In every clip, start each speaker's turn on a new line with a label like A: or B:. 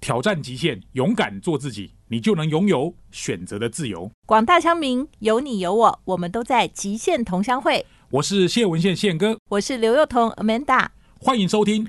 A: 挑战极限，勇敢做自己，你就能拥有选择的自由。
B: 广大乡民，有你有我，我们都在极限同乡会。
A: 我是谢文宪宪哥，
B: 我是刘幼彤 Amanda，
A: 欢迎收听《。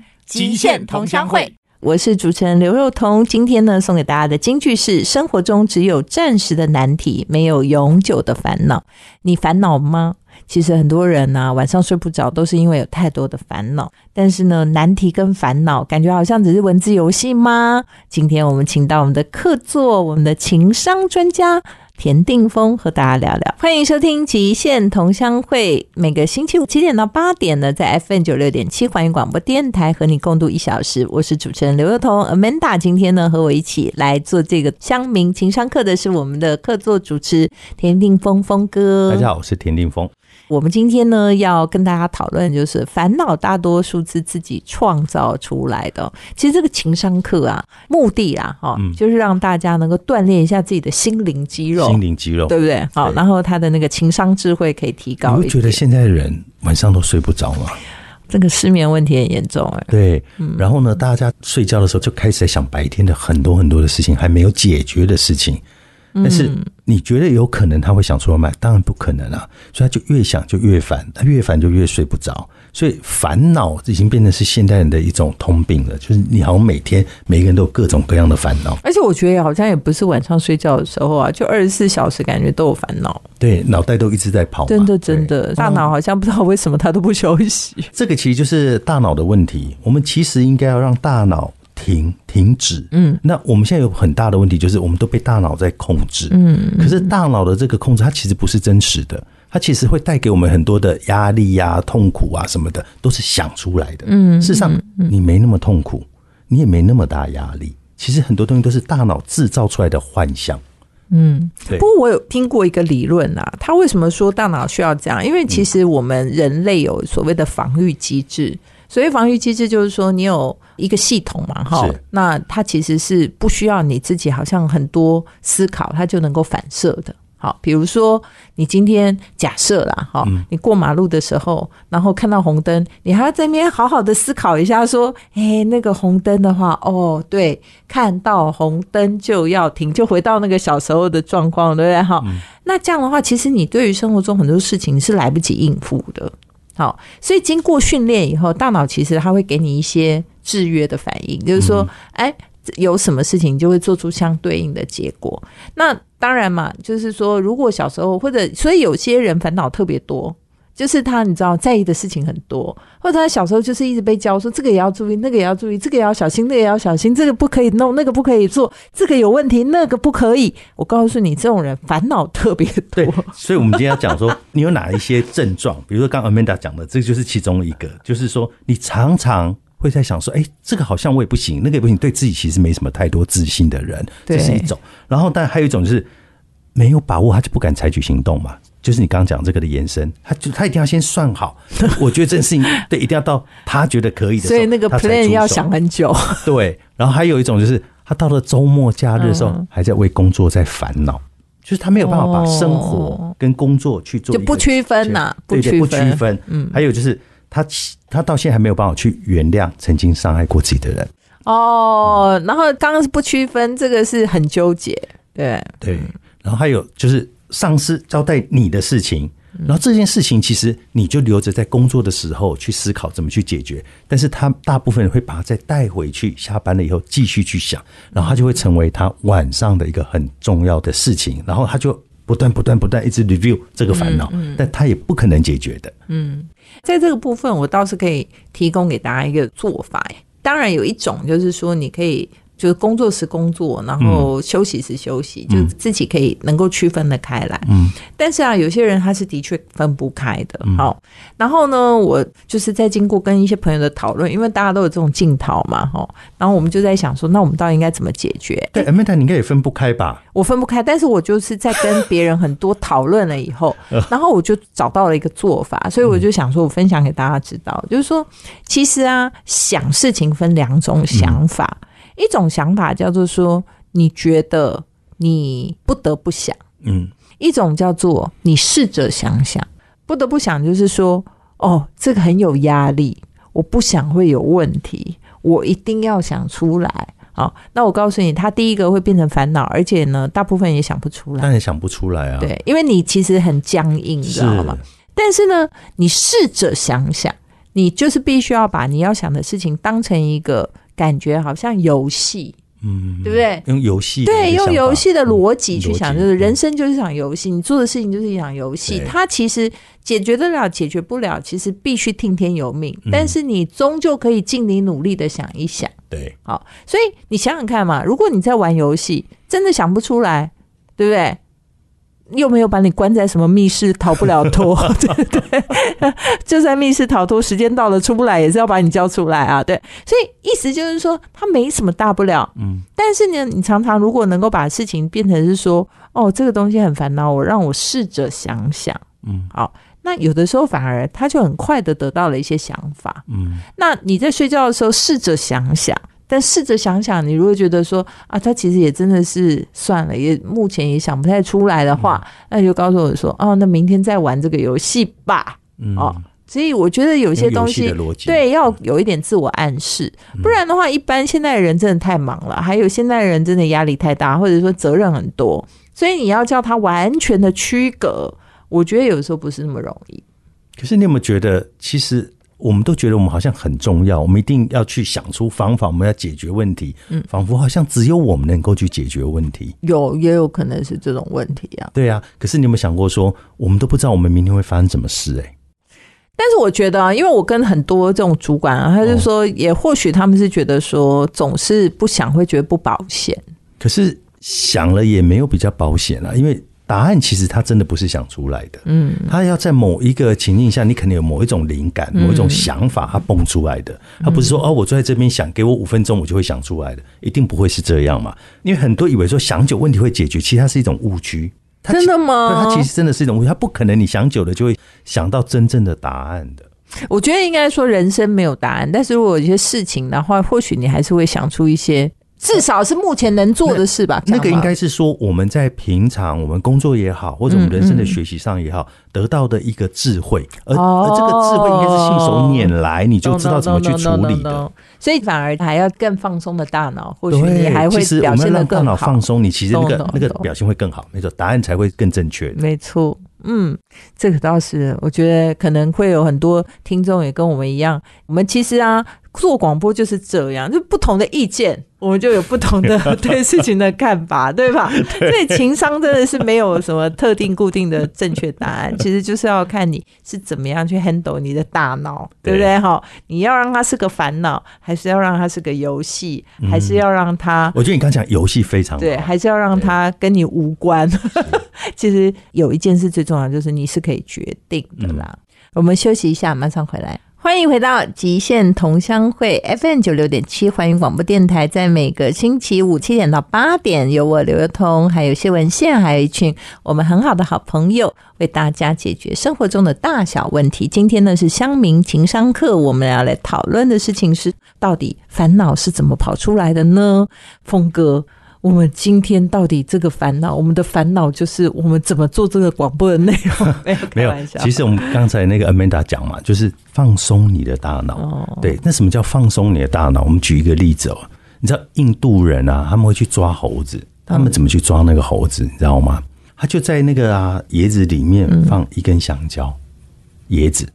B: 我是主持人刘幼彤。今天呢，送给大家的金句是：生活中只有暂时的难题，没有永久的烦恼。你烦恼吗？其实很多人呢、晚上睡不着，都是因为有太多的烦恼。但是呢，难题跟烦恼，感觉好像只是文字游戏吗？今天我们请到我们的客座，我们的情商专家田定峰和大家聊聊。欢迎收听《极限同乡会》，每个星期五七点到八点呢，在 FM 九六点七环宇广播电台和你共度一小时。我是主持人刘幼彤 Amanda，今天呢和我一起来做这个乡民情商课的是我们的客座主持田定峰峰哥。
C: 大家好，我是田定峰。
B: 我们今天呢要跟大家讨论，就是烦恼大多数是自己创造出来的哦。其实这个情商课啊，目的啊，哈、
C: 嗯
B: 就是让大家能够锻炼一下自己的心灵肌肉，
C: 心灵肌肉，
B: 对不对？好，
C: 对
B: 然后他的那个情商智慧可以提
C: 你
B: 高一
C: 会觉得
B: 点。
C: 现在人晚上都睡不着吗？
B: 这个失眠问题很严重、哎，
C: 对，然后呢，大家睡觉的时候就开始在想白天的很多很多的事情，还没有解决的事情。
B: 嗯
C: 但是你觉得有可能他会想出来买？当然不可能啊！所以他就越想就越烦，他越烦就越睡不着。所以烦恼已经变成是现代人的一种通病了，就是你好像每天每个人都有各种各样的烦恼。
B: 而且我觉得好像也不是晚上睡觉的时候啊，就二十四小时感觉都有烦恼，
C: 对，脑袋都一直在跑嘛。
B: 真的
C: 对
B: 真的，大脑好像不知道为什么他都不休息。
C: 这个其实就是大脑的问题。我们其实应该要让大脑停停止。嗯，那我们现在有很大的问题，就是我们都被大脑在控制。嗯，可是大脑的这个控制，它其实不是真实的，它其实会带给我们很多的压力呀、痛苦啊什么的，都是想出来的。嗯，事实上你没那么痛苦，你也没那么大压力。其实很多东西都是大脑制造出来的幻象。
B: 嗯
C: 对
B: 不过我有听过一个理论啊，他为什么说大脑需要这样？因为其实我们人类有所谓的防御机制。所谓防御机制，就是说你有一个系统嘛，哈
C: 是，
B: 那它其实是不需要你自己好像很多思考，它就能够反射的。好，比如说你今天假设啦，哈，你过马路的时候，然后看到红灯，你还要在那边好好的思考一下，说，哎，那个红灯的话，哦，对，看到红灯就要停，就回到那个小时候的状况，对不对？哈、那这样的话，其实你对于生活中很多事情是来不及应付的。好，所以经过训练以后，大脑其实它会给你一些制约的反应，就是说，
C: 嗯
B: 哎、有什么事情你就会做出相对应的结果。那当然嘛，就是说，如果小时候或者，所以有些人烦恼特别多，就是他你知道在意的事情很多，或者他小时候就是一直被教说这个也要注意，那个也要注意，这个也要小心，那个也要小心，这个不可以弄，那个不可以做，这个有问题，那个不可以。我告诉你，这种人烦恼特别多
C: 对。，所以我们今天要讲说，你有哪一些症状？比如说刚刚 Amanda 讲的，这就是其中一个，就是说你常常会在想说，哎、这个好像我也不行，那个也不行，对自己其实没什么太多自信的人，
B: 对
C: 这是一种。然后，但还有一种就是没有把握，他就不敢采取行动嘛。就是你刚刚讲这个的延伸，他就他一定要先算好，我觉得这件事情对，一定要到他觉得可以的时
B: 所
C: 候，
B: 以那个
C: 他才出
B: plan 要
C: 手
B: 想很久，
C: 对，然后还有一种就是他到了周末假日的时
B: 嗯
C: 候，还在为工作在烦恼，就是他没有办法把生活跟工作去
B: 哦
C: 做
B: 就
C: 一个
B: 不区分呐、
C: 对对
B: 区
C: 不区
B: 分。
C: 分。嗯，还有就是他其他到现在还没有办法去原谅曾经伤害过自己的人。
B: 哦，然后刚刚是不区分，这个是很纠结，对，
C: 对，然后还有就是上司交代你的事情，
B: 嗯
C: 然后这件事情其实你就留着在工作的时候去思考怎么去解决，但是他大部分人会把它再带回去，下班了以后继续去想，然后他就会成为他晚上的一个很重要的事情，然后他就。不断不断不断一直 review 这个烦恼，
B: 嗯
C: 但他也不可能解决的。
B: 在这个部分，我倒是可以提供给大家一个做法。当然，有一种就是说，你可以就是工作时工作，然
C: 嗯
B: 后休息时休息，就自己可以能够区分的开来。
C: 嗯，
B: 但是啊，有些人他是的确分不开的。好、然后呢，我就是在经过跟一些朋友的讨论，因为大家都有这种镜头嘛，哈，然后我们就在想说，那我们到底应该怎么解决？
C: 对，Amanda，你应该哎也分不开吧？
B: 我分不开，但是我就是在跟别人很多讨论了以后，然后我就找到了一个做法，所以我就想说，我分享给大家知道，就是说，其实啊，想事情分两种想法，一种想法叫做说，你觉得你不得不想；
C: 嗯，
B: 一种叫做你试着想想，不得不想，就是说，哦，这个很有压力，我不想会有问题，我一定要想出来。好，那我告诉你，他第一个会变成烦恼，而且呢，大部分也想不出来
C: 当。然想不出来啊。，
B: 对，因为你其实很僵硬，你知
C: 是
B: 道吗？但是呢，你试着想想，你就是必须要把你要想的事情当成一个感觉好像游戏，
C: 嗯，
B: 对不对？
C: 用游戏的
B: 对，
C: 一个
B: 用
C: 想
B: 游
C: 法嗯
B: 戏的逻辑去
C: 逻
B: 想，
C: 辑
B: 就是人
C: 嗯
B: 生就是一场游戏，你做的事情就是一场游戏
C: 对。
B: 它其实解决得了，解决不了，其实必须听天由命。
C: 嗯
B: 但是你终究可以尽你努力的想一想。
C: 对，
B: 好，所以你想想看嘛，如果你在玩游戏，真的想不出来，对不对？又没有把你关在什么密室，逃不了脱， 对不对？就算密室逃脱，时间到了出不来，也是要把你交出来啊，对。所以意思就是说，它没什么大不了，
C: 嗯，
B: 但是呢，你常常如果能够把事情变成是说，哦，这个东西很烦恼，我让我试着想想，
C: 嗯，
B: 好，那有的时候反而他就很快的得到了一些想法，
C: 嗯，
B: 那你在睡觉的时候试着想想。但试着想想，你如果觉得说啊，他其实也真的是算了，也目前也想不太出来的
C: 嗯
B: 话，那你就告诉我说，哦，那明天再玩这个游戏吧。
C: 嗯，
B: 哦所以我觉得有
C: 有
B: 些东西
C: 的逻辑，
B: 对，要有一点自我暗示，不然的话，一般现代人真的太忙了，还有现代人真的压力太大，或者说责任很多，所以你要叫他完全的区隔，我觉得有时候不是那么容易。
C: 可是你有没有觉得，其实我们都觉得我们好像很重要，我们一定要去想出方法，我们要解决问题，嗯，仿佛好像只有我们能够去解决问题。
B: 有也有可能是这种问题啊，
C: 对啊，可是你有没有想过说，我们都不知道我们明天会发生什么事、欸？哎，
B: 但是我觉得啊，因为我跟很多这种主管啊，他就说，也或许他们是觉得说，总是不想会觉得不保险。
C: 可是想了也没有比较保险啊，因为答案其实它真的不是想出来的，嗯，它要在某一个情境下，你可能有某一种灵感、
B: 嗯
C: 某一种想法，它蹦出来的，它不是说哦，我坐在这边想，给我五分钟我就会想出来的，一定不会是这样嘛？因为很多以为说想久问题会解决，其实它是一种误区。它
B: 真
C: 其
B: 的吗
C: 对，它其实真的是一种误区，它不可能你想久了就会想到真正的答案的。
B: 我觉得应该说人生没有答案，但是如果有一些事情的话，或许你还是会想出一些，至少是目前能做的事吧。
C: 那个
B: 这样
C: 应
B: 吗
C: 该是说我们在平常我们工作也好，或者我们人生的学习上也好，得到的一个智慧，而、
B: 嗯哦
C: 而这个智慧应该是信手拈来，你就知道怎么去处
B: No, no, no,
C: 理
B: no, no,
C: 的
B: no.。所以反而还要更放松的大脑，或许你还
C: 对，
B: 会
C: 其实我
B: 表
C: 们要
B: 现的
C: 让大
B: 更
C: 脑
B: 好
C: 放。松，你其实那
B: 懂
C: 个
B: 懂
C: 那个
B: 懂
C: 表现会更好，没错，答案才会更正确。
B: 没错，嗯，这个倒是，我觉得可能会有很多听众也跟我们一样，我们其实啊。做广播就是这样，就不同的意见，我们就有不同的 对事情的看法，对吧？所以情商真的是没有什么特定固定的正确答案，其实就是要看你是怎么样去 handle 你的大脑，对不对？哈，你要让它是个烦恼，还是要让它是个游戏，还是要让它
C: 我觉得你刚讲游戏非常好，
B: 对，还是要让它跟你无关。 其实有一件事最重要，就是你是可以决定的啦。
C: 嗯
B: 我们休息一下，马上回来。欢迎回到极限同乡会 FM 九六点七环宇广播电台，在每个星期五七点到八点，有我刘幼彤，还有谢文宪，还有一群我们很好的好朋友，为大家解决生活中的大小问题。今天呢是乡民情商课，我们要来讨论的事情是，到底烦恼是怎么跑出来的呢？峰哥，我们今天到底这个烦恼，我们的烦恼就是我们怎么做这个广播的内容？ 没有，
C: 没
B: 开
C: 有
B: 玩，笑
C: 其实我们刚才那个 Amanda 讲嘛，就是放松你的大脑。
B: 哦
C: 对，那什么叫放松你的大脑？我们举一个例子哦，你知道印度人啊，他们会去抓猴子，他们怎么去抓那个猴子？你知道吗？他就在那个啊椰子里面
B: 嗯
C: 放一根香蕉，椰子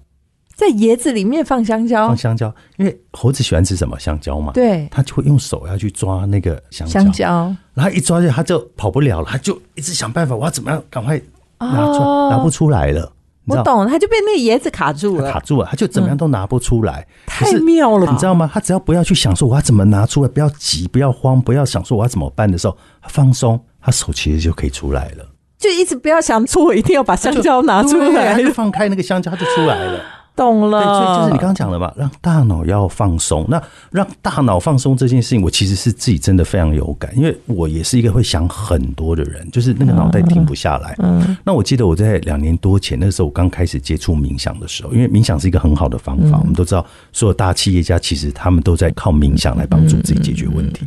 B: 在椰子里面放香蕉
C: 放，香蕉，因为猴子喜欢吃什么香蕉嘛，，
B: 哦对，
C: 他就会用手要去抓那个香蕉，
B: 香蕉
C: 然后一抓就他就跑不了了，他就一直想办法，我要怎么样赶快拿出、
B: 哦
C: 拿不出来了，你
B: 我
C: 知道。
B: 懂，它就被那个椰子卡住
C: 他卡
B: 了，
C: 住了，他就怎么样都拿不出来。可
B: 嗯太
C: 是
B: 妙了吧，
C: 你知道吗？他只要不要去想说我要怎么拿出来，不要急，不要慌，不要想说我要怎么办的时候，他放松，他手其实就可以出来了。
B: 就一直不要想说，我一定要把香
C: 就
B: 蕉拿出来
C: 对他，就放开那个香蕉，他就出来了。
B: 懂
C: 对，所以
B: 了，
C: 就是你刚刚讲了嘛，让大脑要放松。那让大脑放松这件事情，我其实是自己真的非常有感，因为我也是一个会想很多的人，就是那个脑袋停不下来。嗯，那我记得我在两年多前，那时候我刚开始接触冥想的时候，因为冥想是一个很好的方法，我们都知道，所有大企业家其实他们都在靠冥想来帮助自己解决问题。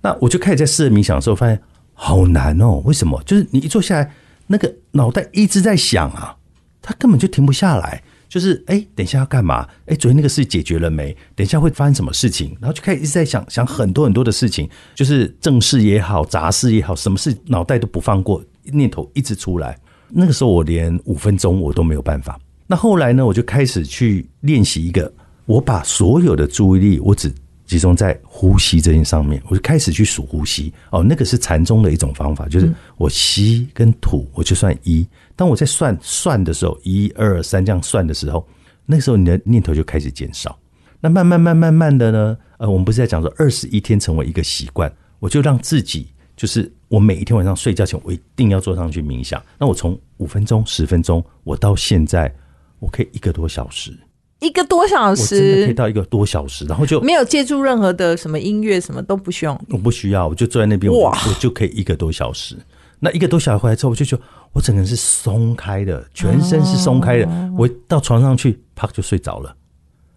C: 那我就开始在试着冥想的时候，发现好难哦。为什么？就是你一坐下来，那个脑袋一直在想啊，它根本就停不下来。就是哎，等一下要干嘛？哎，昨天那个事解决了没？等一下会发生什么事情？然后就开始一直在想想很多很多的事情，就是正事也好，杂事也好，什么事脑袋都不放过，念头一直出来。那个时候我连五分钟我都没有办法。那后来呢，我就开始去练习一个，我把所有的注意力我只集中在呼吸这件上面，我就开始去数呼吸。哦，那个是禅宗的一种方法，就是我吸跟吐，我就算一。当我在算算的时候，一二三这样算的时候，那时候你的念头就开始减少。那慢慢慢慢慢的呢，呃，我们不是在讲说二十一天成为一个习惯，我就让自己就是我每一天晚上睡觉前，我一定要坐上去冥想。那我从五分钟、十分钟，我到现在我可以一个多小时，
B: 一个多小
C: 我真的可以
B: 时
C: 到一个多小时，然后就
B: 没有借助任何的什么音乐，什么都不需要。
C: 我不需要，我就坐在那边，我
B: 哇
C: 我就可以一个多小时。那一个多小时回来之后，我就觉得我整个人是松开的，全身是松开的。
B: 哦
C: 我到床上去，啪就睡着了。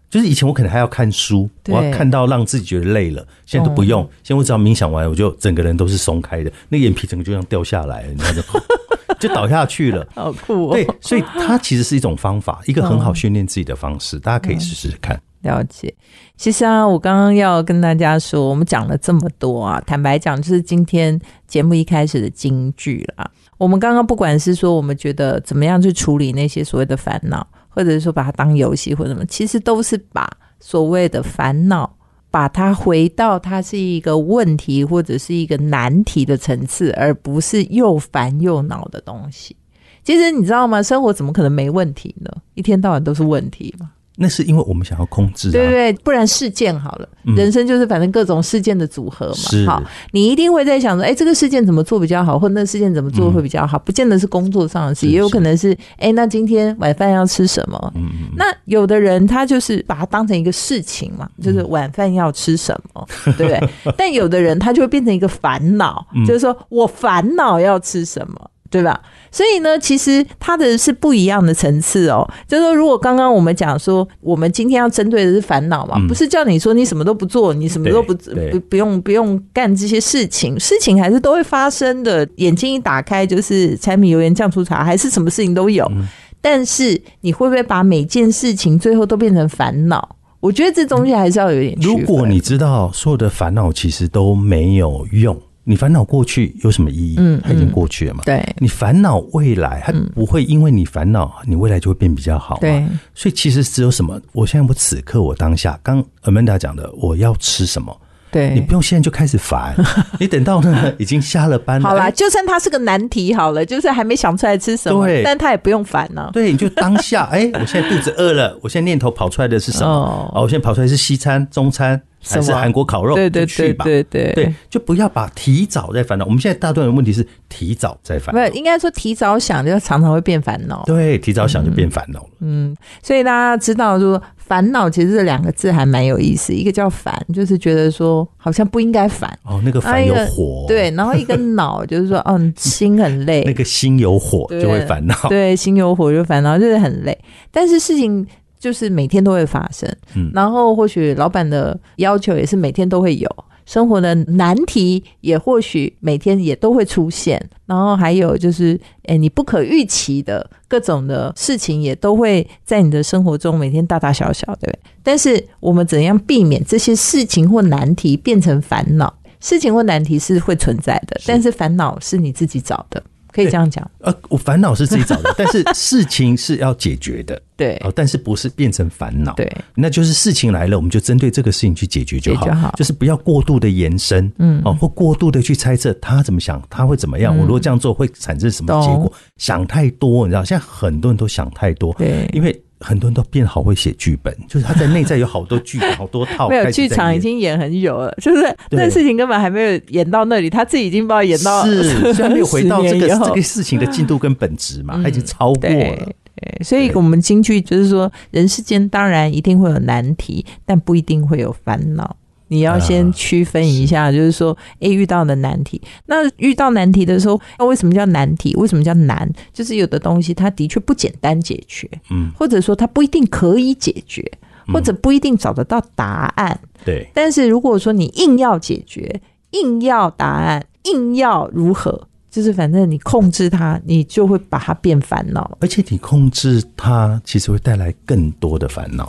C: 就是以前我可能还要看书，
B: 对
C: 我要看到让自己觉得累了，现在都不用。
B: 哦
C: 现在我只要冥想完，我就整个人都是松开的，那眼皮整个就像掉下来，你知道吗？ 就倒下去了。
B: 好酷哦！
C: 对，所以它其实是一种方法，一个很好训练自己的方式，大家
B: 嗯
C: 可以试试看。
B: 了解。其实啊，我刚刚要跟大家说，我们讲了这么多啊，坦白讲，就是今天节目一开始的金句啦。我们刚刚不管是说我们觉得怎么样去处理那些所谓的烦恼，或者是说把它当游戏或者什么，其实都是把所谓的烦恼。把它回到它是一个问题或者是一个难题的层次，而不是又烦又恼的东西。其实你知道吗？生活怎么可能没问题呢？一天到晚都是问题嘛。
C: 那是因为我们想要控制、啊，嗯
B: 对对，不然事件好了，人生就是反正各种事件的组合
C: 是
B: 嘛。好，你一定会在想说，哎，这个事件怎么做比较好，或那事件怎么做会比较好？不见得是工作上的事，
C: 嗯是嗯
B: 也有
C: 是
B: 可能是，哎，那今天晚饭要吃什么？那有的人他就是把它当成一个事情嘛，就是晚饭要吃什么，对不 对？但有的人他就会变成一个烦恼，
C: 嗯
B: 就是说我烦恼要吃什么，对吧？所以呢，其实它的是不一样的层次哦。就是说，如果刚刚我们讲说，我们今天要针对的是烦恼嘛，不是叫你说你什么都不做，你什么都不
C: 嗯对对
B: 不不用不用干这些事情，事情还是都会发生的。眼睛一打开就是柴米油盐酱醋茶，还是什么事情都有。
C: 嗯
B: 但是你会不会把每件事情最后都变成烦恼？我觉得这东西还是要有一点区
C: 如
B: 分。
C: 果你知道所有的烦恼其实都没有用，你烦恼过去有什么意义？
B: 嗯
C: 它已经过去了嘛。
B: 对
C: 你烦恼未来，它不会因为你烦恼，你未来就会变比较好嘛。
B: 对，
C: 所以其实只有什么，我现在我此刻我当下，刚 Amanda 讲的，我要吃什么，
B: 对，
C: 你不用现在就开 始烦，你等到呢已经下了班了，
B: 好啦，
C: 哎
B: 就算它是个难题好了，就是还没想出来吃什么
C: 对，
B: 但他也不用烦呢、
C: 对，你就当下，哎，我现在肚子饿了，我现在念头跑出来的是什么？
B: 哦
C: 哦，我现在跑出来是西餐、中餐还
B: 什
C: 是
B: 么
C: 韩国烤肉？
B: 对对
C: 就去
B: 对
C: 吧
B: 对对
C: 对，就不要把提早在烦恼。我们现在大多人的问题是提早在烦
B: 不
C: 恼，，
B: 应该说提早想，就常常会变烦恼。
C: 对，提早想就变烦恼了。
B: 嗯所以大家知道说，烦恼其实这两个字还蛮有意思，一个叫烦，就是觉得说好像不应该烦，
C: 哦，那个
B: 啊
C: 烦
B: 一
C: 有
B: 个
C: 火，，
B: 对，然后一个恼就是说，嗯，心很 累，
C: 那个心有火
B: 对
C: 就会烦恼。
B: 对，心有火就烦恼，就是很累。但是事情就是每天都会发生，
C: 嗯
B: 然后或许老板的要求也是每天都会有，生活的难题也或许每天也都会出现，然后还有就是，哎，你不可预期的各种的事情也都会在你的生活中每天大大小小，对不对？但是我们怎样避免这些事情或难题变成烦恼？事情或难题是会存在的，但是烦恼是你自己找的，可以这样讲。
C: 呃，我烦恼是自己找的， 但是事情是要解决的。
B: 对
C: 哦，但是不是变成烦恼？
B: 对，
C: 那就是事情来了，我们就针对这个事情去解决就好，
B: 解决好
C: 就是不要过度的延伸，嗯，哦，或过度的去猜测他怎么想，他会怎么样，我如果这样做会产生什么结
B: 嗯
C: 果
B: 懂？
C: 想太多，你知道，现在很多人都想太多，
B: 对
C: 因为很多人都变好会写剧本，就是他在内在有好多剧本、好多 套，
B: 没
C: 哦开
B: 有
C: 始
B: 剧
C: 在
B: 场已
C: 演。
B: 经演很久了，就是
C: 对
B: 那事情根本还没有演到那里，他自己已经不知道演到
C: 是，虽然没有回到 这
B: 十
C: 个
B: 年以后嗯
C: 这个事情的进度跟本质嘛，他已经超过了
B: 对。对，所以我们京剧就是说，人世间当然一定会有难题，但不一定会有烦恼。你要先区分一下，就是说，诶，遇到的难题，那遇到难题的时候，那为什么叫难题？为什么叫难？就是有的东西它的确不简单解决，
C: 嗯，
B: 或者说它不一定可以解决，或者不一定找得到答案。
C: 对，
B: 但是如果说你硬要解决，硬要答案，硬要如何，就是反正你控制它，你就会把它变烦恼。
C: 而且你控制它，其实会带来更多的 烦恼。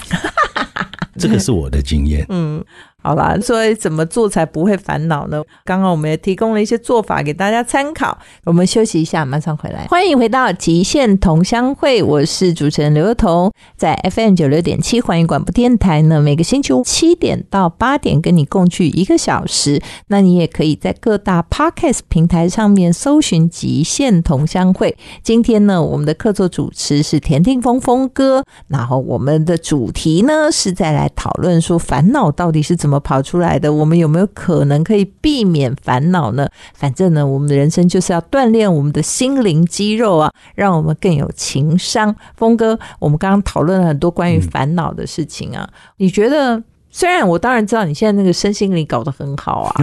C: 这个是我的经验。
B: 嗯好啦，所以怎么做才不会烦恼呢？刚刚我们也提供了一些做法给大家参考。我们休息一下，马上回来。欢迎回到《极限同乡会》，我是主持人刘幼彤，在 FM 九六点七环宇广播电台呢，每个星期五七点到八点跟你共聚一个小时。那你也可以在各大 Podcast 平台上面搜寻《极限同乡会》。今天呢，我们的客座主持是田定峰峰哥，然后我们的主题呢是在来讨论说烦恼到底是怎么跑出来的，我们有没有可能可以避免烦恼呢？反正呢，我们的人生就是要锻炼我们的心灵肌肉啊，让我们更有情商。峰哥，我们刚刚讨论了很多关于
C: 嗯
B: 烦恼的事情啊，你觉得？虽然我当然知道你现在那个身心灵搞得很好 啊，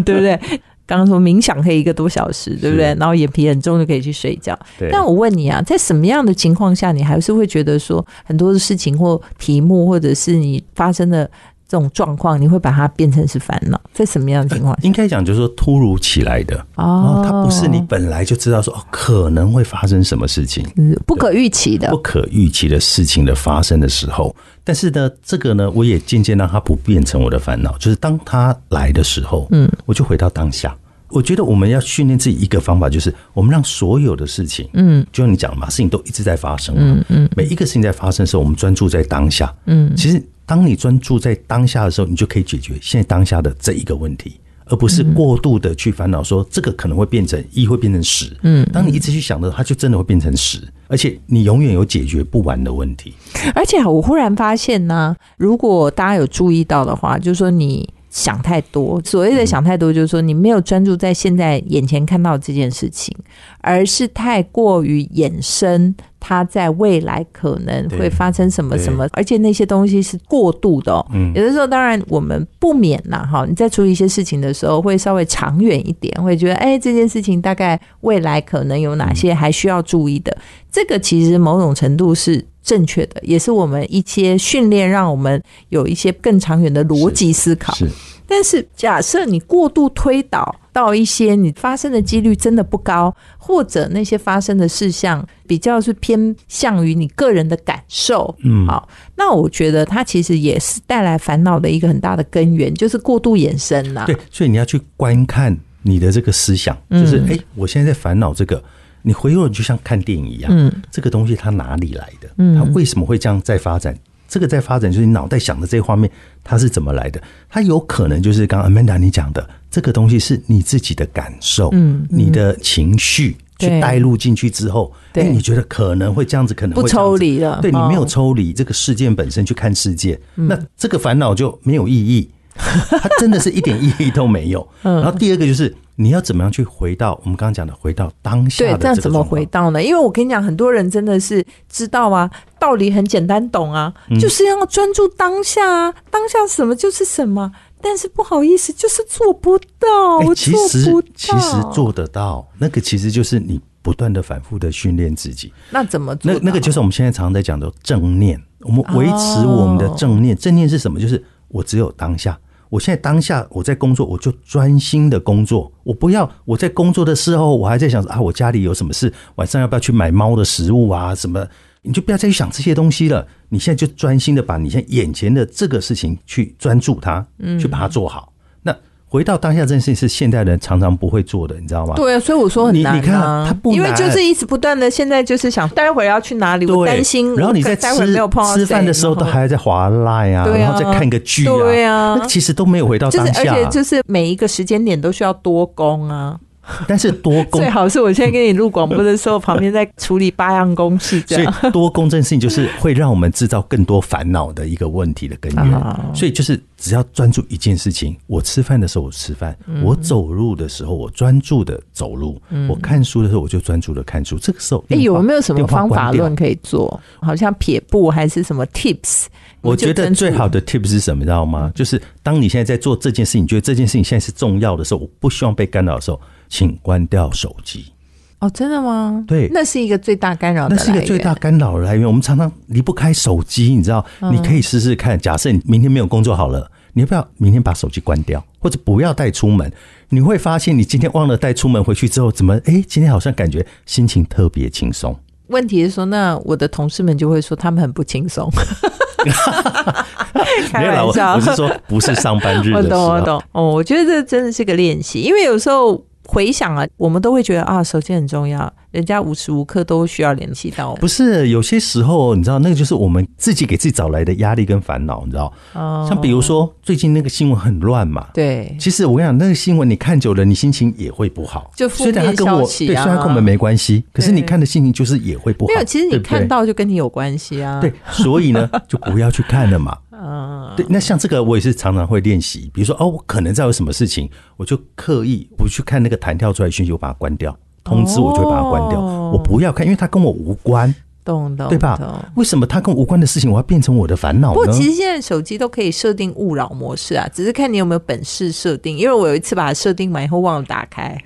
B: 对不对？刚刚说冥想可以一个多小时，对不对
C: 是？
B: 然后眼皮很重就可以去睡觉。
C: 对，
B: 但我问你啊，在什么样的情况下，你还是会觉得说很多的事情或题目，或者是你发生的这种状况，你会把它变成是烦恼？在什么样的情况下？
C: 应该讲就是说突如其来的，
B: 哦
C: 哦，它不是你本来就知道说哦可能会发生什么事情，
B: 嗯不可预期的
C: 不可预期的事情的发生的时候，但是呢，这个呢，我也渐渐让它不变成我的烦恼，就是当它来的时候，嗯，我就回到当下。我觉得我们要训练自己一个方法，就是我们让所有的事情，嗯，就像你讲的嘛，事情都一直在发生，嗯嗯，每一个事情在发生的时候，我们专注在当下，嗯，其实当你专注在当下的时候，你就可以解决现在当下的这一个问题。而不是过度的去烦恼，说这个可能会变成一会变成十。嗯，当你一直去想的，它就真的会变成十，而且你永远有解决不完的问题。
B: 而且啊我忽然发现呢、如果大家有注意到的话，就是说你想太多。所谓的想太多，就是说你没有专注在现在眼前看到的这件事情，而是太过于衍生它在未来可能会
C: 对
B: 发生什么什么，而且那些东西是过度的、哦。
C: 嗯
B: 有的时候当然我们不免呐，哈，你在处理一些事情的时候，会稍微长远一点，会觉得哎，这件事情大概未来可能有哪
C: 嗯
B: 些还需要注意的。这个其实某种程度是正确的，也是我们一些训练，让我们有一些更长远的逻辑思考。
C: 是，
B: 但是假设你过度推导到一些你发生的几率真的不高，或者那些发生的事项比较是偏向于你个人的感受，
C: 嗯
B: 好，那我觉得它其实也是带来烦恼的一个很大的根源，就是过度衍生啊呐、
C: 对，所以你要去观看你的这个思想，
B: 嗯
C: 就是哎、诶我现在在烦恼这个，你回过头就像看电影一样，嗯，这个东西它哪里来的？嗯，它为什么会这样在发展？这个在发展就是你脑袋想的这些画面，它是怎么来的？它有可能就是刚刚 Amanda 你讲的，这个东西是你自己的感受，嗯，你的情绪
B: 对
C: 去带入进去之后，
B: 对
C: 哎，你觉得可能会这样子，可能会
B: 不
C: 这样
B: 抽
C: 子
B: 离了
C: 对你没有
B: 哦
C: 抽离这个事件本身去看世界，
B: 嗯
C: 那这个烦恼就没有 意义，它真的是一点意义都没有。
B: 嗯
C: 然后第二个就是你要怎么样去回到我们刚刚讲的，回到当下
B: 对
C: 的，
B: 这样
C: 个
B: 怎么
C: 状况
B: 回到呢？因为我跟你讲，很多人真的是知道啊，道理很简单懂啊，
C: 嗯
B: 就是要专注当下啊，当下什么就是什么。但是不好意思，就是做不到，哦
C: 哎
B: 我
C: 其
B: 做
C: 实
B: 不到。
C: 其实做得到，那个其实就是你不断的反复的训练自己。
B: 那怎么做
C: 那
B: 到？
C: 那个就是我们现在常常在讲的正念，我们维持
B: 哦
C: 我们的正念。正念是什么？就是我只有当下，我现在当下我在工作，我就专心的工作，我不要我在工作的时候，我还在想说啊，我家里有什么事，晚上要不要去买猫的食物啊，什么。你就不要再去想这些东西了，你现在就专心的把你现在眼前的这个事情去专注它，去把它做好。那回到当下这件事情是现代人常常不会做的，你知道吗？
B: 对啊，所以我说很
C: 你
B: 难、啊
C: 你看啊它不
B: 因为
C: 难
B: 就是一直不断的，现在就是想待会儿要去哪里，我
C: 对，
B: 担心。
C: 然后你
B: 我
C: 在
B: 待会儿
C: 吃
B: 没有碰到
C: 吃饭
B: 谁
C: 的时候都
B: 然后
C: 还要在滑赖啊，
B: 对啊
C: 然后再看个剧啊，
B: 对啊
C: 那其实都没有回到
B: 就是
C: 当，
B: 而
C: 下
B: 且
C: 啊。
B: 就是每一个时间点都需要多功啊。
C: 但是多 功
B: 最，好是我现在跟你录广播的时 候，旁边在处理八样公式这
C: 所
B: 样。
C: 以多功这件事情就是会让我们制造更多烦恼的一个问题的根
B: 啊
C: 源。所以就是只要专注一件事情，我吃饭的时候我吃饭，
B: 嗯
C: 我走路的时候我专注的走路，我看书的时候我就专注的看书。这个时候
B: 哎、
C: 电
B: 嗯
C: 话，
B: 有没有什么
C: 电话
B: 方
C: 关
B: 法
C: 掉
B: 论可以做？好像撇步还是什么 tips？
C: 啊我
B: 就
C: 觉得
B: 专注
C: 最好的 tips 是什么，你知道吗？就是当你现在在做这件事情，觉得这件事情现在是重要的时候，我不希望被干扰的时候，请关掉手机。
B: 哦，真的吗？
C: 对
B: 那是一个最大干扰的
C: 那
B: 来源，
C: 是一个最大干嗯扰的来源。我们常常离不开手机，你知道？你可以试试看。假设你明天没有工作好了，你要不要明天把手机关掉，或者不要带出门？你会发现，你今天忘了带出门，回去之后怎么？哎，今天好像感觉心情特别轻松。
B: 问题是说，那我的同事们就会说他们很不轻 松。
C: 没
B: 开
C: 有啦，
B: 玩
C: 我
B: 笑，
C: 我是说，不是上班日
B: 我
C: 啊的时
B: 懂，我
C: 候，
B: 懂。哦，我觉得这真的是个练习，因为有时候回想啊，我们都会觉得啊，手机很重要，人家无时无刻都需要联系到我们。
C: 不是有些时候，你知道，那个就是我们自己给自己找来的压力跟烦恼，你知道？
B: 哦嗯
C: 像比如说，最近那个新闻很乱嘛，
B: 对，
C: 其实我跟你讲，那个新闻你看久了，你心情也会不好。
B: 就负
C: 虽
B: 面
C: 然它跟我
B: 消息啊
C: 对，虽然跟我们没关系，可是你看的心情就是也会不好。
B: 没有，其实你
C: 对不对
B: 看到就跟你有关系啊。
C: 对，所 以呢，就不要去看了嘛。
B: 嗯，
C: 对，那像这个我也是常常会练习，比如说哦，我可能在有什么事情，我就刻意不去看那个弹跳出来的讯息，我把它关掉，通知我就会把它关掉，
B: 哦
C: 我不要看，因为它跟我无关，
B: 懂懂，
C: 对吧
B: 懂？
C: 为什么它跟我无关的事情，我要变成我的烦恼
B: 不过
C: 呢？
B: 其实现在手机都可以设定勿扰模式啊，只是看你有没有本事设定。因为我有一次把它设定完以后忘了打开，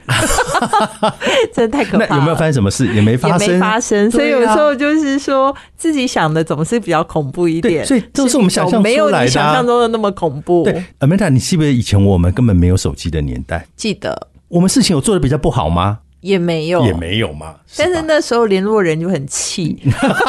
B: 真的太可怕
C: 那
B: 了。
C: 有没有发生什么事？也没发
B: 也
C: 生，
B: 没发生，所以有
C: 对啊
B: 时候就是说自己想的总是比较恐怖一点，
C: 对所以都是我们想象
B: 没有
C: 出来的啊
B: 你想象中的那么恐怖。
C: 对，Amanda，你记不记得以前我们根本没有手机的年代？
B: 记得
C: 我们事情有做的比较不好吗？
B: 也没有，
C: 也没有嘛。
B: 但是
C: 吧
B: 那时候联络人就很气，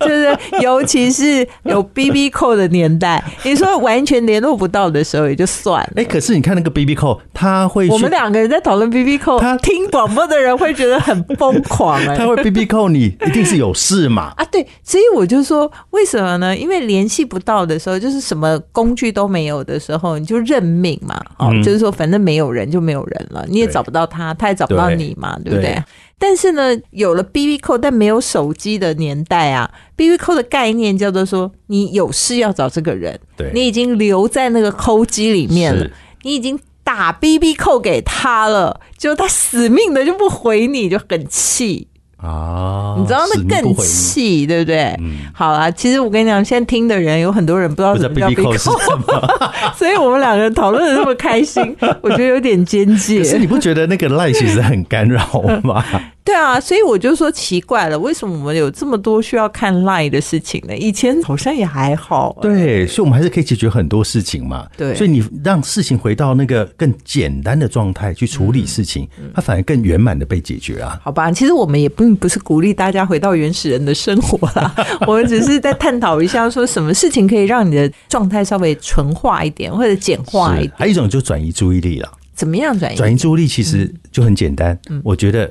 B: 就是尤其是有 B B 扣的年代，你说完全联络不到的时候也就算了。
C: 哎、可是你看那个 B B 扣，他会
B: 我
C: 去
B: 们两个人在讨论 B B 扣
C: 他，
B: 听广播的人会觉得很疯狂哎、
C: 他会 B B 扣你，一定是有事嘛。
B: 啊，对，所以我就说，为什么呢？因为联系不到的时候，就是什么工具都没有的时候，你就认命嘛。哦，
C: 嗯
B: 就是说，反正没有人就没有人了，你也
C: 对
B: 找不到他，他也找不到你嘛，对不对？
C: 对
B: 但是呢，有了 B B 扣，但没有手机的年代啊，B B 扣的概念叫做说，你有事要找这个人，
C: 对
B: 你已经留在那个扣机里面了
C: 是，
B: 你已经。打 B B 扣给他了，结果他死命的就不回你，就很气。
C: 啊
B: 你知道
C: 死
B: 那
C: 命
B: 更
C: 不回应
B: 气，对不对？好啦，其实我跟你讲，现在听的人有很多人不知道
C: 不知
B: 什
C: 道
B: 么
C: B
B: 叫
C: B 扣
B: B
C: 是
B: 扣，
C: 什么？
B: 所以我们两个人讨论的那么开 心，我觉得有点间
C: 可是
B: 界。
C: 你不觉得那个赖其实很干扰吗？
B: 对啊，所以我就说奇怪了，为什么我们有这么多需要看 line 的事情呢？以前好像也还好、欸，
C: 对，所以我们还是可以解决很多事情嘛。
B: 对
C: 所以你让事情回到那个更简单的状态去
B: 嗯
C: 处理事情，它反而更圆满的被解决啊。
B: 好吧，其实我们也并不是鼓励大家回到原始人的生活 啦，我们只是在探讨一下，说什么事情可以让你的状态稍微纯化一点，或者简化一
C: 是
B: 点，，哎
C: 还有一种就转移注意力了。
B: 怎么样转移？
C: 转移注意力其
B: 嗯
C: 实就很简单，我觉得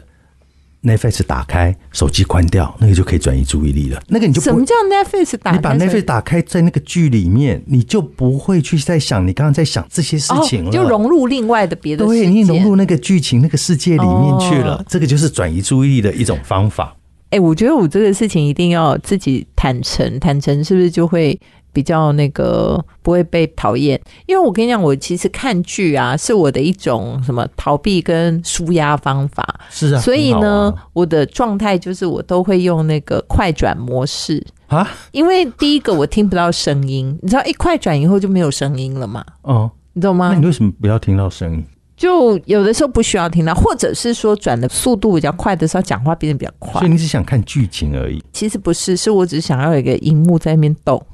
C: Netflix 打开，手机关掉，那个就可以转移注意力了。那个你就
B: 什
C: 不
B: 么，叫 Netflix 哦打开？
C: 你把 Netflix 打开，在那个剧里面，你就不会去在想你刚刚在想这些事情了，
B: 哦，就融入另外的别的事
C: 对
B: 件。
C: 你融入那个剧情、那个世界里面去了。
B: 哦
C: 这个就是转移注意力的一种方法。
B: 哎、我觉得我这个事情一定要自己坦诚，坦诚是不是就会比较那个不会被讨厌？因为我跟你讲，我其实看剧啊，是我的一种什么逃避跟舒压方法。
C: 是啊，
B: 所以
C: 很好
B: 呢，
C: 啊
B: 我的状态就是我都会用那个快转模式，
C: 啊，
B: 因为第一个我听不到声音，你知道一快转以后就没有声音了嘛，
C: 哦，
B: 你懂吗？
C: 那你为什么不要听到声音？
B: 就有的时候不需要听到，或者是说转的速度比较快的时候，讲话变得比较快
C: 所以。你只想看剧情而已。
B: 其实不是，是我只想要有一个荧幕在那边动，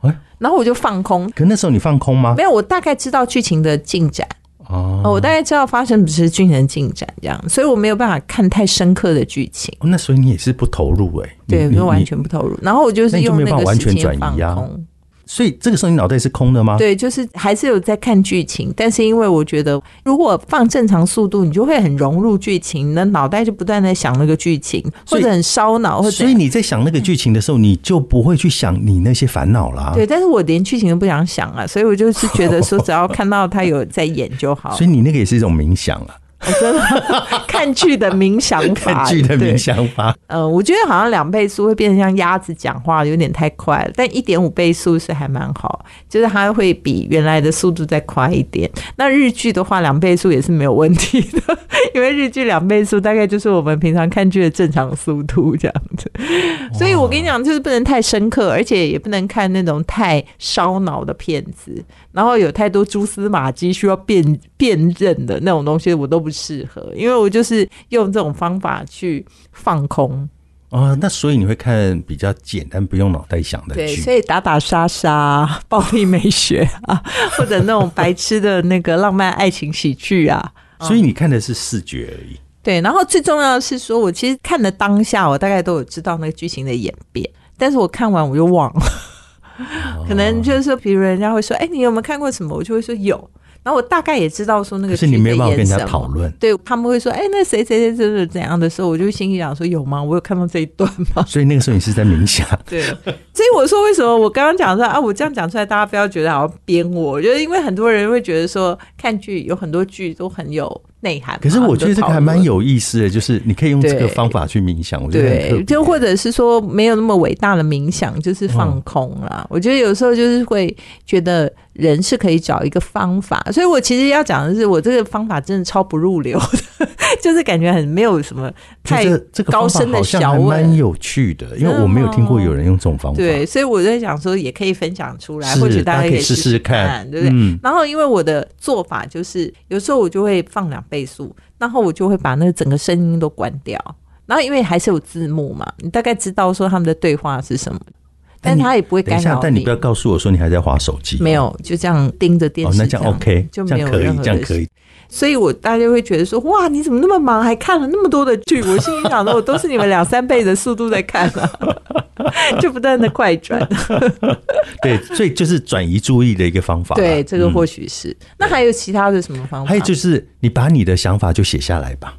C: 哎
B: 然后我就放空。
C: 可那时候你放空吗？
B: 没有，我大概知道剧情的进展，
C: 哦
B: 呃我大概知道发生不是剧情的进展这样，所以我没有办法看太深刻的剧情，
C: 哦那所以你也是不投入哎、你
B: 对，
C: 你
B: 就完
C: 你
B: 全不投入。然后我就是
C: 那你就
B: 用
C: 没有
B: 那
C: 办法
B: 个
C: 完全
B: 时间
C: 转
B: 放
C: 移啊
B: 空，
C: 所以这个时候你脑袋是空的吗？
B: 对，就是还是有在看剧情，但是因为我觉得如果放正常速度，你就会很融入剧情，你的脑袋就不断在想那个剧情，
C: 所
B: 或
C: 以
B: 者很烧脑，或者
C: 所以你在想那个剧情的时候，你就不会去想你那些烦恼啦。
B: 对，但是我连剧情都不想想啊，所以我就是觉得 说，只要看到他有在演就好。
C: 所以你那个也是一种冥想 啊，
B: 我真的看剧的冥想
C: 看
B: 法，
C: 剧的冥
B: 对。
C: 想法。
B: 呃，我觉得好像两倍速会变成像鸭子讲话，有点太快了。但一点五倍速是还蛮好，就是它会比原来的速度再快一点。那日剧的话，两倍速也是没有问题的， 因为日剧两倍速大概就是我们平常看剧的正常速度这样子。所以我跟你讲，就是不能太深刻，而且也不能看那种太烧脑的片子，然后有太多蛛丝马迹需要辨辨认的那种东西，我都不适合，因为我就是用这种方法去放空。
C: 啊，那所以你会看比较简单不用脑袋想的
B: 对，
C: 剧
B: 所，以打打杀杀、 暴力美学啊， 或者那种白痴的那个浪漫爱情喜剧啊，
C: 所以你看的是视觉而已。
B: 对，然后最重要的是说，我其实看的当下，我大概都有知道那个剧情的演变，但是我看完我就忘了，
C: 哦
B: 可能就是说，比如人家会说，哎，你有没有看过什么？我就会说有，然后我大概也知道说那个
C: 可
B: 剧
C: 是
B: 在
C: 你
B: 演什么，
C: 没有办法跟人家讨论，
B: 对他们会说，哎，那谁谁谁谁谁怎样的时候，我就心里想说，有吗？我有看到这一段吗？
C: 所以那个时候你是在冥想，
B: 对， 所以我说为什么我刚刚讲说啊，我这样讲出来，大家不要觉得好像编我，我觉得因为很多人会觉得说看剧有很多剧都很有内涵嘛，
C: 可是我觉得这个还蛮
B: 有。
C: 有意思的，就是你可以用这个
B: 对
C: 方法去冥想，我觉得很特
B: 对，
C: 别
B: 就或者是说没有那么伟大的冥想，就是放空啊啦。嗯我觉得有时候就是会觉得人是可以找一个方法，所以我其实要讲的是，我这个方法真的超不入流的， 就是感觉很没有什么
C: 就
B: 太
C: 这这个方
B: 高
C: 法
B: 深的
C: 好像还
B: 小问
C: 蛮有趣的，因为
B: 真的
C: 我没有听过
B: 吗
C: 有人用这种方法。
B: 对，所以我在想说也可以分享出来，
C: 是
B: 或许
C: 大
B: 家
C: 家
B: 可
C: 可以
B: 以
C: 试试
B: 试
C: 看
B: 对不对？
C: 嗯
B: 然后因为我的做法就是，有时候我就会放两倍速，然后我就会把那个整个声音都关掉。然后因为还是有字幕嘛，你大概知道说他们的对话是什么，
C: 但
B: 但
C: 你
B: 他也不会
C: 等
B: 干
C: 一下
B: 扰，
C: 但你不要告诉我说你还在划手机。
B: 没有就这样盯着电
C: 哦，
B: 视，
C: 那这样 OK，
B: 就
C: 这
B: 没
C: 样
B: 有
C: 可以
B: 任，何
C: 这样
B: 的
C: 可以。
B: 所以我大家会觉得说，哇，你怎么那么忙，还看了那么多的剧？我心里想说，我都是你们两三倍的速度在看 啊，就不断的快转。
C: 对，所以就是转移注意的一个方法啦。
B: 对，这个
C: 嗯
B: 或许是。那还有其他的什么方法？
C: 还有就是你把你的想法就写下来吧。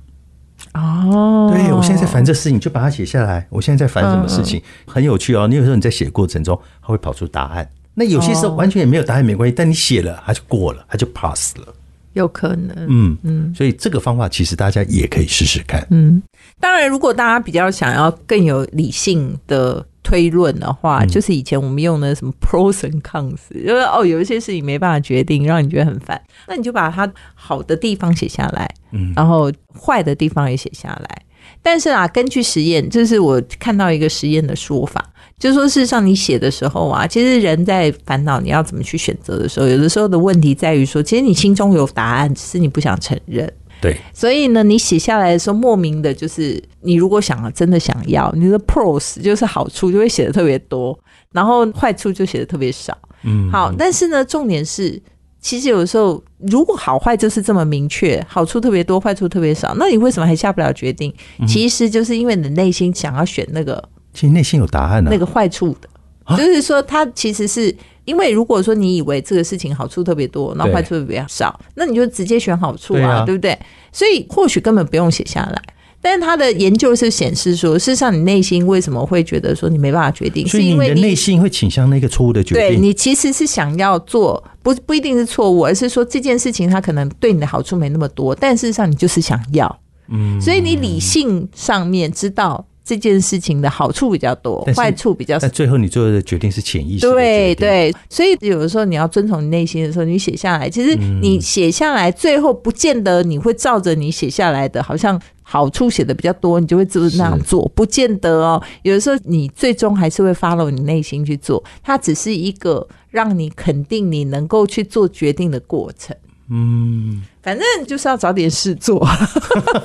B: 哦，
C: 对我现在在烦这事情，就把它写下来。我现在在烦什么事
B: 嗯
C: 情，很有趣哦。你有时候你在写过程中，它会跑出答案。那有些时候完全也没有答案没关系，但你写了，它就过了，它就 pass 了。
B: 有可能。
C: 嗯嗯，所以这个方法其实大家也可以试试看。
B: 嗯当然，如果大家比较想要更有理性的推论的话，就是以前我们用的什么 pros and cons，就是哦，有一些事情没办法决定，让你觉得很烦，那你就把它好的地方写下来，嗯，然后坏的地方也写下来。但是啊，根据实验，这是我看到一个实验的说法，就是说事实上你写的时候啊，其实人在烦恼你要怎么去选择的时候，有的时候的问题在于说，其实你心中有答案，只是你不想承认。
C: 对，
B: 所以呢，你写下来的时候，莫名的就是你如果想要真的想要，你的 pros 就是好处就会写的特别多，然后坏处就写的特别少。嗯，好，但是呢，重点是，其实有时候如果好坏就是这么明确，好处特别多，坏处特别少，那你为什么还下不了决定？其实就是因为你的内心想要选那个
C: 其实内心有答案
B: 那
C: 啊。
B: 个坏处的，就是说它其实是因为如果说你以为这个事情好处特别多，那
C: 对
B: 坏处特别少，那你就直接选好处
C: 对
B: 啊，
C: 啊
B: 对不对？所以或许根本不用写下来。但是他的研究是显示说，事实上你内心为什么会觉得说你没办法决定，
C: 所
B: 是
C: 以
B: 因
C: 你
B: 为
C: 的
B: 你
C: 内心会倾向那个错误的决
B: 对
C: 定。
B: 你其实是想要做，不不一定是错误，而是说这件事情它可能对你的好处没那么多，但事实上你就是想要，嗯，所以你理性上面知道这件事情的好处比较多
C: 但，是
B: 坏处比较少
C: 但。最后你做的决定是潜意识的
B: 对
C: 决定。
B: 对，所以有的时候你要遵从你内心的时候，你写下来，其实
C: 嗯
B: 你写下来，最后不见得你会照着你写下来的，好像好处写的比较多，你就会就是那样做，不见得哦。有的时候你最终还是会 follow 你内心去做，它只是一个让你肯定你能够去做决定的过程。
C: 嗯，
B: 反正就是要找点事 做，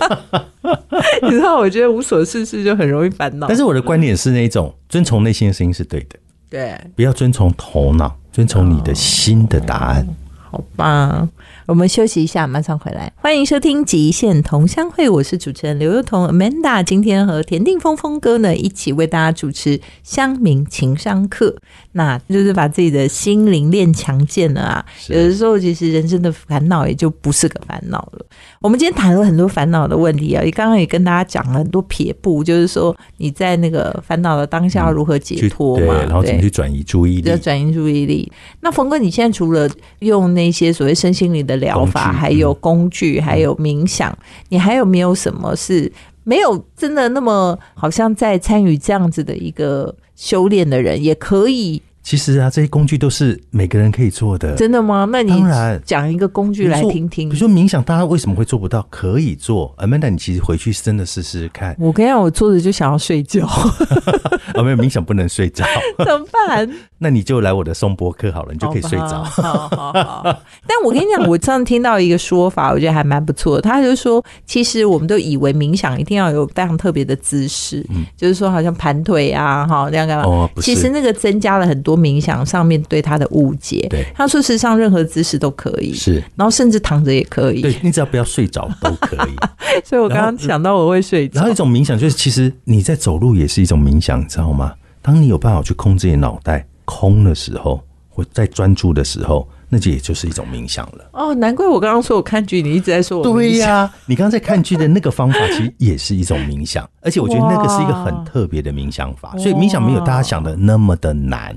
B: 你知道，我觉得无所事事就很容易烦恼。
C: 但是我的观点是那种遵从内心的声音是对的，
B: 对，
C: 不要遵从头脑，遵从
B: 哦
C: 你的心的答案。
B: 好吧，我们休息一下，马上回来。欢迎收听《极限同乡会》，我是主持人刘幼彤 Amanda。今天和田定峰峰哥呢一起为大家主持《乡民情商课》，那就是把自己的心灵练强健了啊。
C: 是
B: 有的时候，其实人生的烦恼也就不是个烦恼了。我们今天谈了很多烦恼的问题啊，也刚刚也跟大家讲了很多撇步，就是说你在那个烦恼的当下要如何解
C: 嗯去
B: 脱
C: 对，
B: 嘛，
C: 然后怎
B: 对
C: 么去转移注意
B: 要
C: 力？
B: 转移注意力。那冯哥，你现在除了用那些所谓身心灵的疗法，
C: 工具嗯
B: 还有工具，还有冥想，你还有没有什么是没有真的那么好像在参与这样子的一个修炼的人也可以？
C: 其实啊，这些工具都是每个人可以做的。
B: 真的吗？那你
C: 当然
B: 讲一个工具来
C: 比如说
B: 听听
C: 比如。说冥想，大家为什么会做不到？可以做，Amanda，你其实回去真的试试 看。
B: 我跟你讲，我坐着就想要睡觉。
C: 啊，没有冥想不能睡着，
B: 怎么办？
C: 那你就来我的松波课好了，你就可以睡
B: 哦好
C: 着。
B: 吧好好好 好但我跟你讲，我上次听到一个说法，我觉得还蛮不错的。他就说，其实我们都以为冥想一定要有非常特别的姿势，就是说好像盘腿啊，哈那样干嘛？
C: 嗯哦不是
B: 其实那个增加了很多冥想上面对他的误解。
C: 对
B: 他说事实上任何姿势都可以，
C: 是
B: 然后甚至躺着也可以。
C: 对你只要不要睡着都可以。
B: 所以我刚
C: 然后嗯
B: 刚想到我会睡着
C: 然后一。种冥想就是，其实你在走路也是一种冥想，你知道吗？当你有办法去控制你脑袋空的时候，或在专注的时候，那就也就是一种冥想了。
B: 哦，难怪我刚刚说我看剧，你一直在说我冥
C: 对
B: 想
C: 呀、你刚才看剧的那个方法，其实也是一种冥想，而且我觉得那个是一个很特别的冥想法，所以冥想没有大家想的那么的难。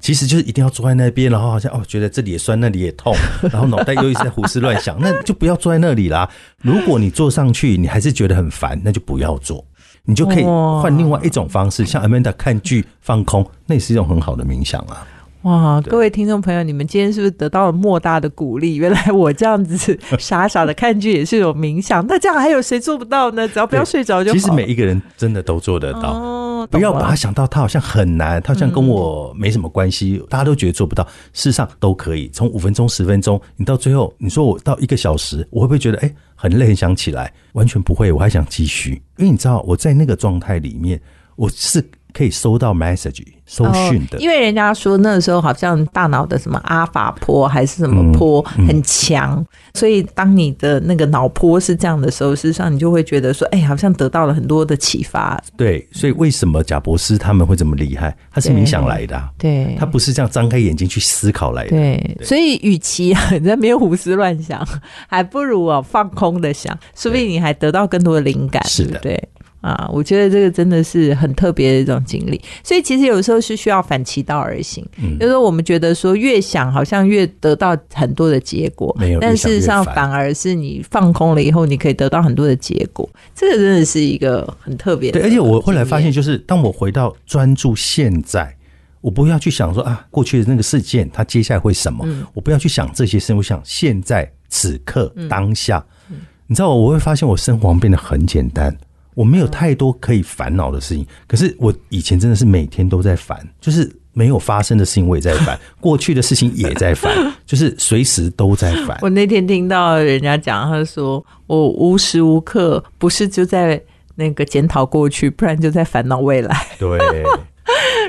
C: 其实就是一定要坐在那边，然后好像哦，觉得这里也酸，那里也 痛，然后脑袋又一直在胡思乱想，那你就不要坐在那里啦。如果你坐上去，你还是觉得很烦，那就不要坐，你就可以换另外一种方式，像 Amanda 看剧放空，那也是一种很好的冥想啊。
B: 哇，各位听众朋友，你们今天是不是得到了莫大的鼓励？原来我这样子傻傻的看剧也是有冥想，那这样还有谁做不到呢？只要不要睡着就好。
C: 其实每一个人真的都做得到。
B: 哦，
C: 不要
B: 懂
C: 把
B: 了
C: 它想到它好像很难，它好像跟我没什么关系，大家都觉得做不
B: 嗯
C: 到，事实上都可以。从五分钟、十分钟，你到最后，你说我到一个小时，我会不会觉得哎、很累，很想起来？完全不会，我还想继续，因为你知道我在那个状态里面，我是可以收到 message 收讯的。
B: 哦因为人家说那时候好像大脑的什么阿法波还是什
C: 嗯
B: 么波、很强，所以当你的那个脑波是这样的时候，事实上你就会觉得说，哎、好像得到了很多的启发。
C: 对，所以为什么贾博士他们会这么厉害？他是冥想来的啊、
B: 对
C: 他不是这样张开眼睛去思考来的。
B: 对，所以与其你在那边胡思乱想，还不如哦放空的想，说不定你还得到更多的灵感，
C: 是
B: 对
C: 的
B: 不对？啊，我觉得这个真的是很特别的一种经历，所以其实有时候是需要反其道而行，
C: 嗯
B: 就是说我们觉得说越想好像越得到很多的结果
C: 没有，
B: 但
C: 越想
B: 事实上
C: 越烦
B: 反而是你放空了以后，你可以得到很多的结果，这个真的是一个很特别的
C: 对，
B: 经
C: 而
B: 验。
C: 且我后来发现，就是当我回到专注现在，我不要去想说啊，过去的那个事件，它接下来会什么？
B: 嗯
C: 我不要去想这些事，我想现在此刻
B: 嗯
C: 当下。你知道，我会发现我生活变得很简单，我
B: 嗯
C: 没有太多可以烦恼的事情。可是我以前真的是每天都在烦，就是。没有发生的事情我也在 烦，过去的事情也在烦，就是随时都在烦。
B: 我那天听到人家讲，他说我无时无刻不是就在那个检讨过去，不然就在烦恼未来。
C: 对，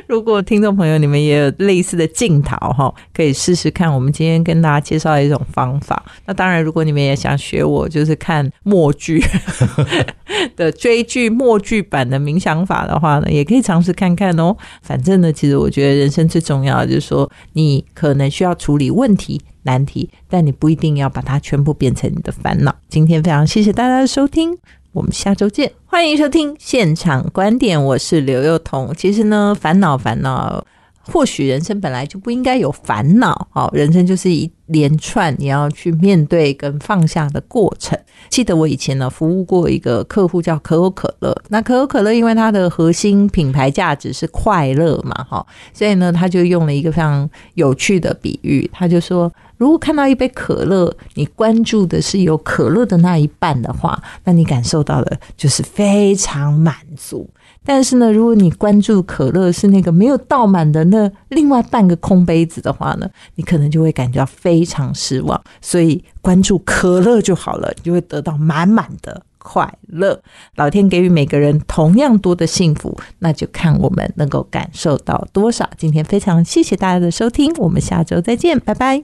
B: 如果听众朋友你们也有类似的镜头哈，可以试试看。我们今天跟大家介绍的一种方法。那当然，如果你们也想学我，就是看默剧 的追剧默剧版的冥想法的话呢，也可以尝试看看哦。反正呢，其实我觉得人生最重要的就是说，你可能需要处理问题。难题，但你不一定要把它全部变成你的烦恼。今天非常谢谢大家的收听，我们下周见，欢迎收听现场观点，我是刘幼彤。其实呢，烦恼烦恼，或许人生本来就不应该有烦恼，哦，人生就是一连串你要去面对跟放下的过程。记得我以前呢服务过一个客户叫可口可乐，那可口可乐因为它的核心品牌价值是快乐嘛，哦哈、所以呢他就用了一个非常有趣的比喻，他就说。如果看到一杯可乐，你关注的是有可乐的那一半的话，那你感受到的就是非常满足。但是呢，如果你关注可乐是那个没有倒满的那另外半个空杯子的话呢，你可能就会感觉到非常失望。所以关注可乐就好了，你就会得到满满的快乐。老天给予每个人同样多的幸福，那就看我们能够感受到多少。今天非常谢谢大家的收听，我们下周再见，拜拜。